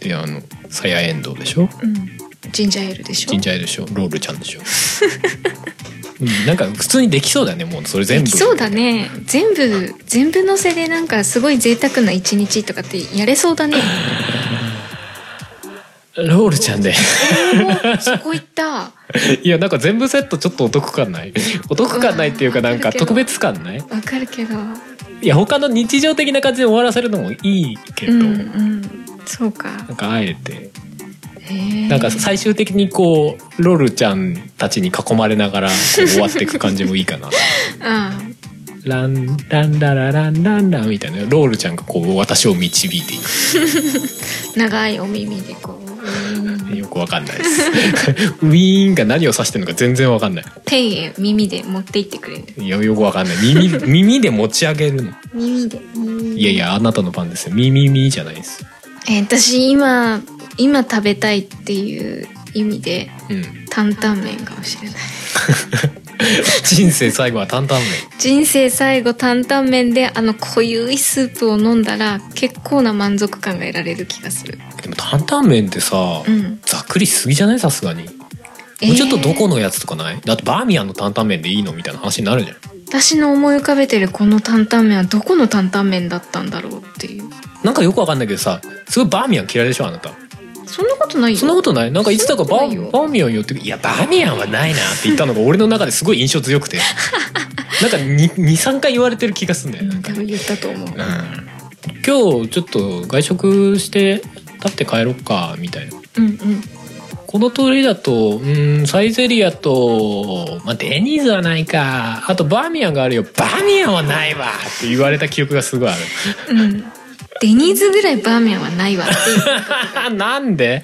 であのさやえんどうでしょ
うんジンジャーエールでしょ
ジンジャーエールでしょロールちゃんでし
<laughs>
ょ、うん、なんか普通にできそうだねもうそれ全部
できそうだね全部全部のせでなんかすごい贅沢な一日とかってやれそう
<laughs>
だね
ロールちゃんで
おおそこ行った
いやなんか全部セットちょっとお得感ないお得感ないっていうかなん
わかる
か
けど
特別感ない
わかるけど
いや他の日常的な感じで終わらせるのもいいけ
う
ど、
んうんそうか
なんかあえて
へえ
なんか最終的にこうロルちゃんたちに囲まれながらこう終わっていく感じもいいかな
あ
<laughs> ランランララランランランみたいなロールちゃんがこう私を導いていく
長いお耳でこううん
よくわかんないです <laughs> ウィーンが何を指してるのか全然わかんない
天へ耳で持って行ってくれる
いやよくわかんない耳耳で持ち上げるの
耳で耳で
いやいやあなたの番ですよ耳耳じゃないです
えー私今今食べたいっていう意味で
うん
担々麺かもしれない
人生最後は担々麺
人生最後担々麺であの濃ゆいスープを飲んだら結構な満足感が得られる気がする
でも担々麺ってさ、
うん
ざっくりしすぎじゃないさすがにもうちょっとどこのやつとかない、だってバーミヤンの担々麺でいいのみたいな話になるじゃん
私の思い浮かべてるこの担々麺はどこの担々麺だったんだろうっていう
なんかよくわかんないけどさすごいバーミヤン嫌いでしょあなた
そんなことないよ
そんなことないなんかいつだかバ
そんなことない
ー
よ
バーミヤン寄ってくいやバーミヤンはないなって言ったのが俺の中ですごい印象強く
<laughs>
てなんか23回言われてる気がすんだよ
う
なんんか、
多分言ったと思う
うん、今日ちょっと外食して食べて帰ろっかみたいな
うんうん
この通りだとうんサイゼリアと、まあ、デニーズはないかあとバーミヤンがあるよバーミヤンはないわって言われた記憶がすごいある
うんデニーズぐらいバーメンはない
<laughs>
わって
なんで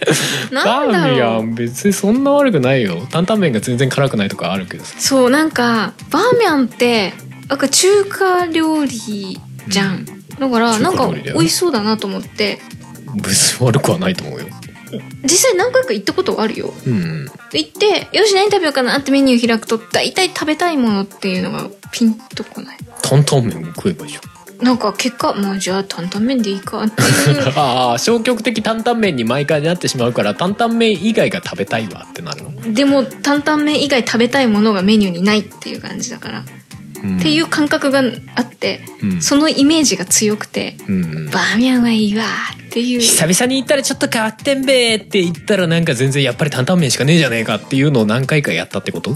な
バ
ん
ー
だ
ミヤ
ろう
ン別にそんな悪くないよ担々麺が全然辛くないとかあるけどさ
そうなんかバーメンってなんか中華料理じゃん、だからなん
中華
か
料理だよ
美味しそうだなと思って
別に悪くはないと思うよ
実際何回か行ったことはあるよ
うん
行ってよし何食べようかなってメニュー開くと大体食べたいものっていうのがピンとこない
担々麺食えばいいじゃん
なんか結果もうじゃあ担々麺でいいかって <laughs> いう
<laughs> ああ消極的担々麺に毎回なってしまうから担々麺以外が食べたいわってなるの、
でも担々麺以外食べたいものがメニューにないっていう感じだから、
うん
っていう感覚があって、
うん
そのイメージが強くて
うん
バーミヤンはいいわーっ
<laughs>
ていう
久々に行ったらちょっと変わってんべーって言ったらなんか全然やっぱり担々麺しかねえじゃねえかっていうのを何回かやったってこと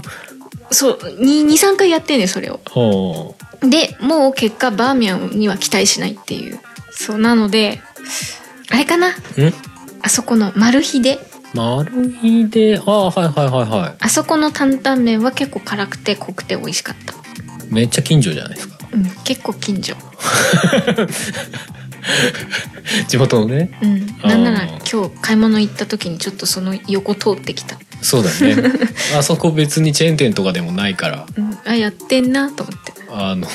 そう23回やってんねんそれを
ほ
でもう結果バーミヤンには期待しないっていうそうなのであれかな
う。ん
あそこのマルヒで
丸いで、ああ、はいはいはいは
あそこの担々麺は結構辛くて濃くて美味しかった
い。めっちゃ近所じゃないですか。
うん結構近所
地元のね。
うん
あー
なんなら今日買い物行った時にちょっとその横通ってきた、
そうだね。 <laughs> あそこ別にチェーン店とかでもないから、
うん、あやってんなと思って
あの、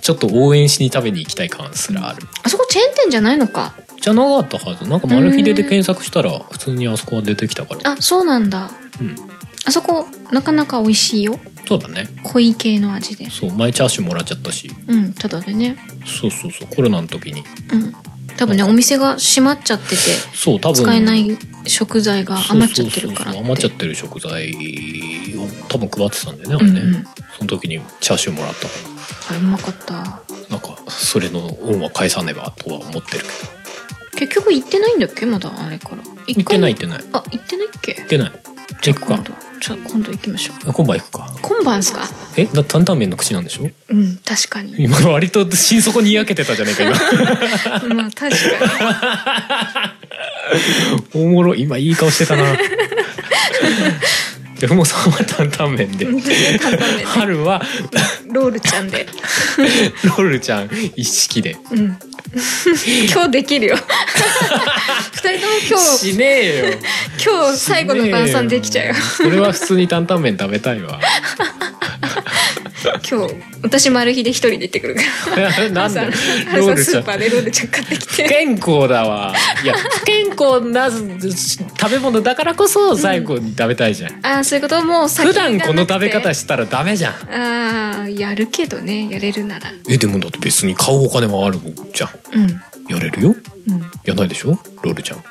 ちょっと応援しに食べに行きたい感すらある。
あそこチェーン店じゃないのか
じゃなかったはず。なんか丸ヒデで検索したら普通にあそこは出てきたから。
あそうなんだ
うん。
あそこなかなか美味しいよ
そうだね。
濃い系の味で
そう、前チャーシューもらっちゃったし。
うんただでね
そうそうそう、コロナの時に。
うん多分ねお店が閉まっちゃってて
そう、多分。
使えない食材が余っちゃってるか
そうそうそう
ら
そう余っちゃっててる食材を多分配ってたんだよね、あれね。
うんうん
その時にチャーシューもらったから。
あれうまかった
なんかそれの恩は返さねばとは思ってる
結局行ってないんだっけまだあれから
けど行ってない行
一
ってない行
回もあ行ってないっけ
ってないじゃあ行く
今
か
度じゃあ今度行きましょう
今晩行くか
今晩っすか
えだ担々麺の口なんでしょ
うん確かに
今割と心底にやけてたじゃねえか
まあ確かに
<laughs> 今おもろい今いい顔してた <laughs> なでふもさんは担々麺で
簡単でね
春は
<laughs> ロールちゃんで
ロールちゃん一式で
うん今日でき <laughs> るよ二人とも今日
しねえよ
今日最後の晩餐できちゃうよ
それは普通に担々麺食べたいわ
今日私マルヒで一人で行ってくるから
なんだ
朝朝
よロールち
ス
ゃ
ー
ん
パーでロールちゃん買ってき
不
て
健康だわ
<laughs>
いや不健康な食べ物だからこそ最後に食べたいじゃん、
ああそういうこともう先
普
がな
段
くて
この食べ方したらダメじゃん
ああやるけどねやれるなら
えでもだって別に買うお金もあるじゃん
うん
やれるよ
うん
やんないでしょロールちゃん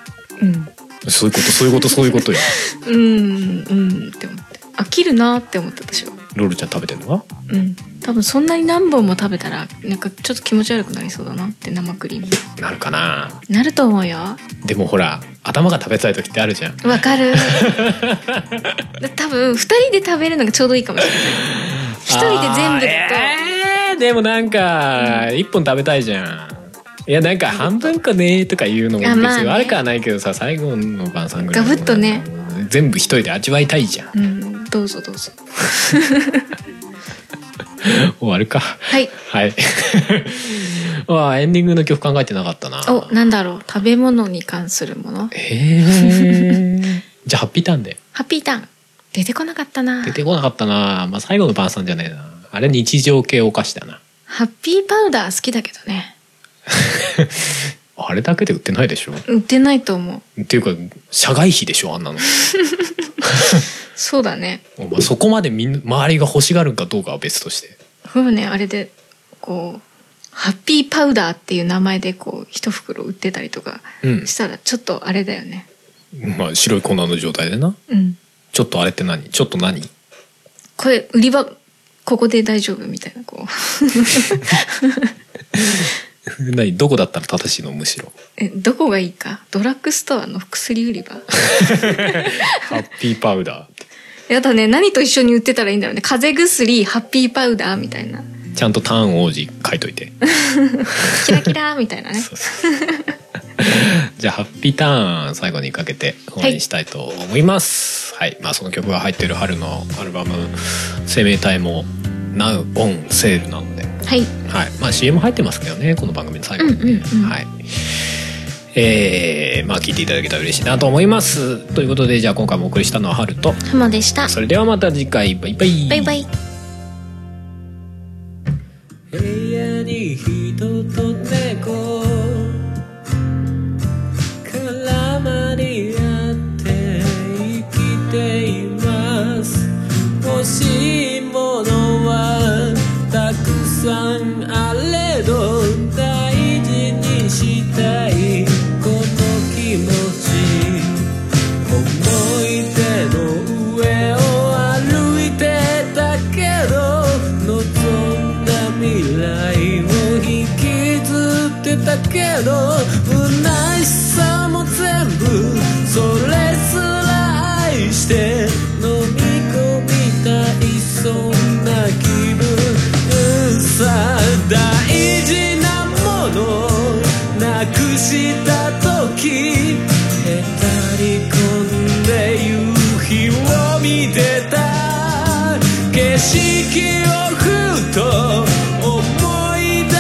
うん
そういうことそういうことそういうこと
<laughs>
や
うんうんって思って飽きるなって思った私は
ロールちゃん食べてんのは
うん多分そんなに何本も食べたらなんかちょっと気持ち悪くなりそうだなって生クリーム
なるかな
なると思うよ
でもほら頭が食べたい時ってあるじゃん
わか
<laughs>
るだ多分2人で食べるのがちょうどいいかもしれない一人で全部だと
あーえーでもなんか一本食べたいじゃんいやなんか半分かねとか言うのも別
あまあ
に
ね
悪くはないけどさ最後の晩餐ぐらい
ガブッとね
全部一人で味わいたいじゃん
うんどうぞどうぞ
<laughs> 終わるか
はい
はい <laughs> わあエンディングの曲考えてなかったな
おなんだろう食べ物に関するもの
へえじゃあハッピーターンで
ハッピーターン出てこなかったな
出てこなかったなまあ最後の晩餐じゃねえなあれ日常系お菓子だな
ハッピーパウダー好きだけどね
あれだけで売ってないでしょ
売ってないと思う
っていうか社外費でしょあんなの
そうだね
まあ、そこまでみん周りが欲しがるかどうかは別として
ふうねあれでこうハッピーパウダーっていう名前でこう一袋売ってたりとか
うん
したらちょっとあれだよね
まあ白い粉の状態でな
うん
ちょっとあれって何ちょっと何
これ売り場ここで大丈夫みたいなこう <laughs>
何どこだったら正しいのむしろ
えどこがいいかドラッグストアの薬売り
<laughs>
場
ハッピーパウダ
やだね何と一緒に売ってたらいいんだろうね風邪薬ハッピーパウダーみたいな
ーちゃんとターン王子書いといて
キラキラみたいなね
そうそう <laughs> じゃあハッピーターン最後にかけて応援したいと思いますはい、まあその曲が入ってる春のアルバム「生命体」も Now on sale なので
はい
はい、まあ CM 入ってますけどねこの番組の最後にね、
うんうんうん
はいえー、まあ聞いていただけたら嬉しいなと思いますということでじゃあ今回もお送りしたのはハルと
ハモでした
それではまた次回バイバイ
バイバイ
部屋に人と猫絡まり合って生きています欲しいものはたくさん
だけど不悔しさも全部それすら愛して飲み込みたいそんな気分うんさ大事なものなくした時へたり込んで夕日を見てた景色をふと思い出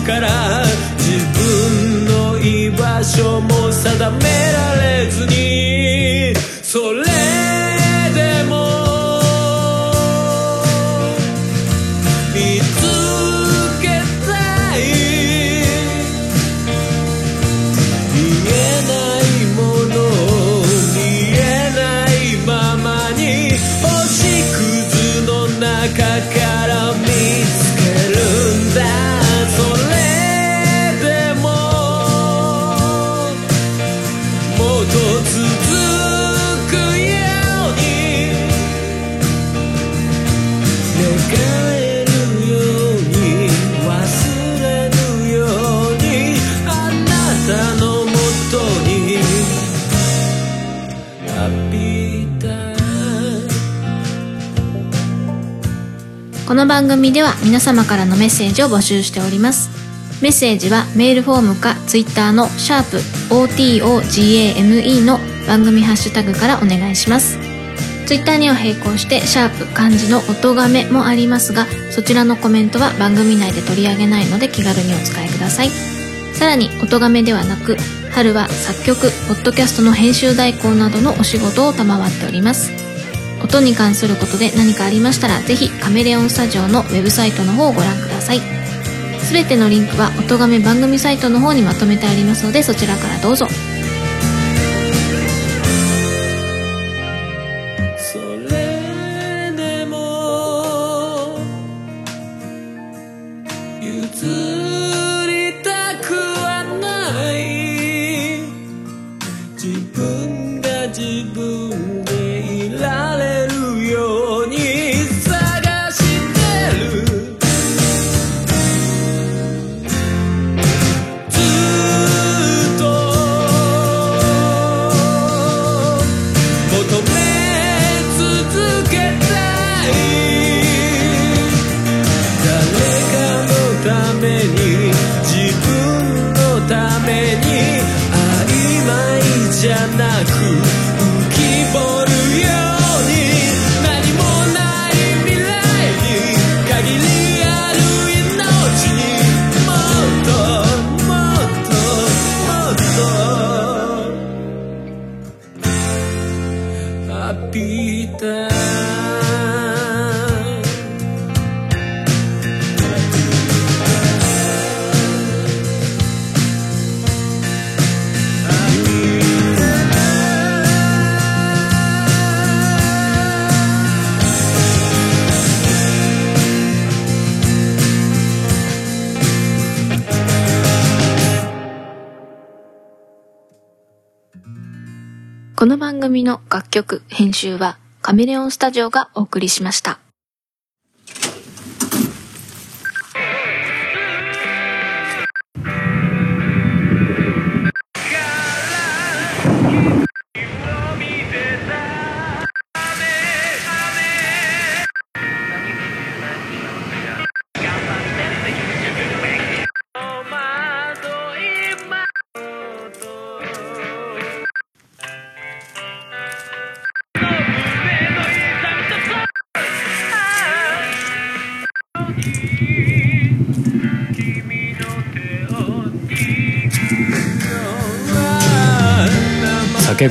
すから自分の居場所も定められずにそれでも見つけたい見えないものを見えないままに星屑の中から見つけるんだそれでももっと続くように願えるように忘れるようにあなたのもとに浴びた
この番組では皆様からのメッセージを募集しておりますメッセージはメールフォームかツイッターの「シャープ o t o g a m e の番組ハッシュタグからお願いしますツイッターには並行して「シャープ漢字の音がめ」もありますがそちらのコメントは番組内で取り上げないので気軽にお使いくださいさらに音がめではなく春は作曲ポッドキャストの編集代行などのお仕事を賜っております音に関することで何かありましたらぜひカメレオンスタジオのウェブサイトの方をご覧くださいすべてのリンクは音亀番組サイトの方にまとめてありますのでそちらからどうぞ
それでも譲りたくはない自分が自分でいられるように探してるずっと求め続けたい誰かのために自分のために曖昧じゃなく浮き彫るように何もない未来に限りある命にもっともっともっとhabita.
この番組の楽曲編集はカメレオンスタジオがお送りしました
叫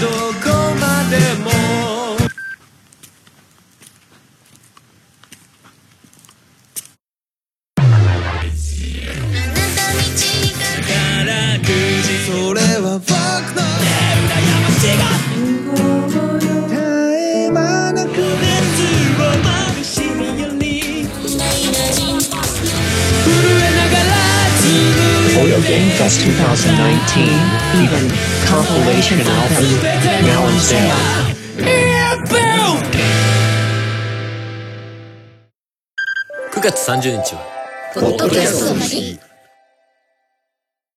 どこまでも宝くじそれは僕の羨ましが絶え間なく熱をまぶしみより震えながら
Toyo Game Fest 2019 Even Compilation Album now on sale.
9月30日は、
ポッドキャストの日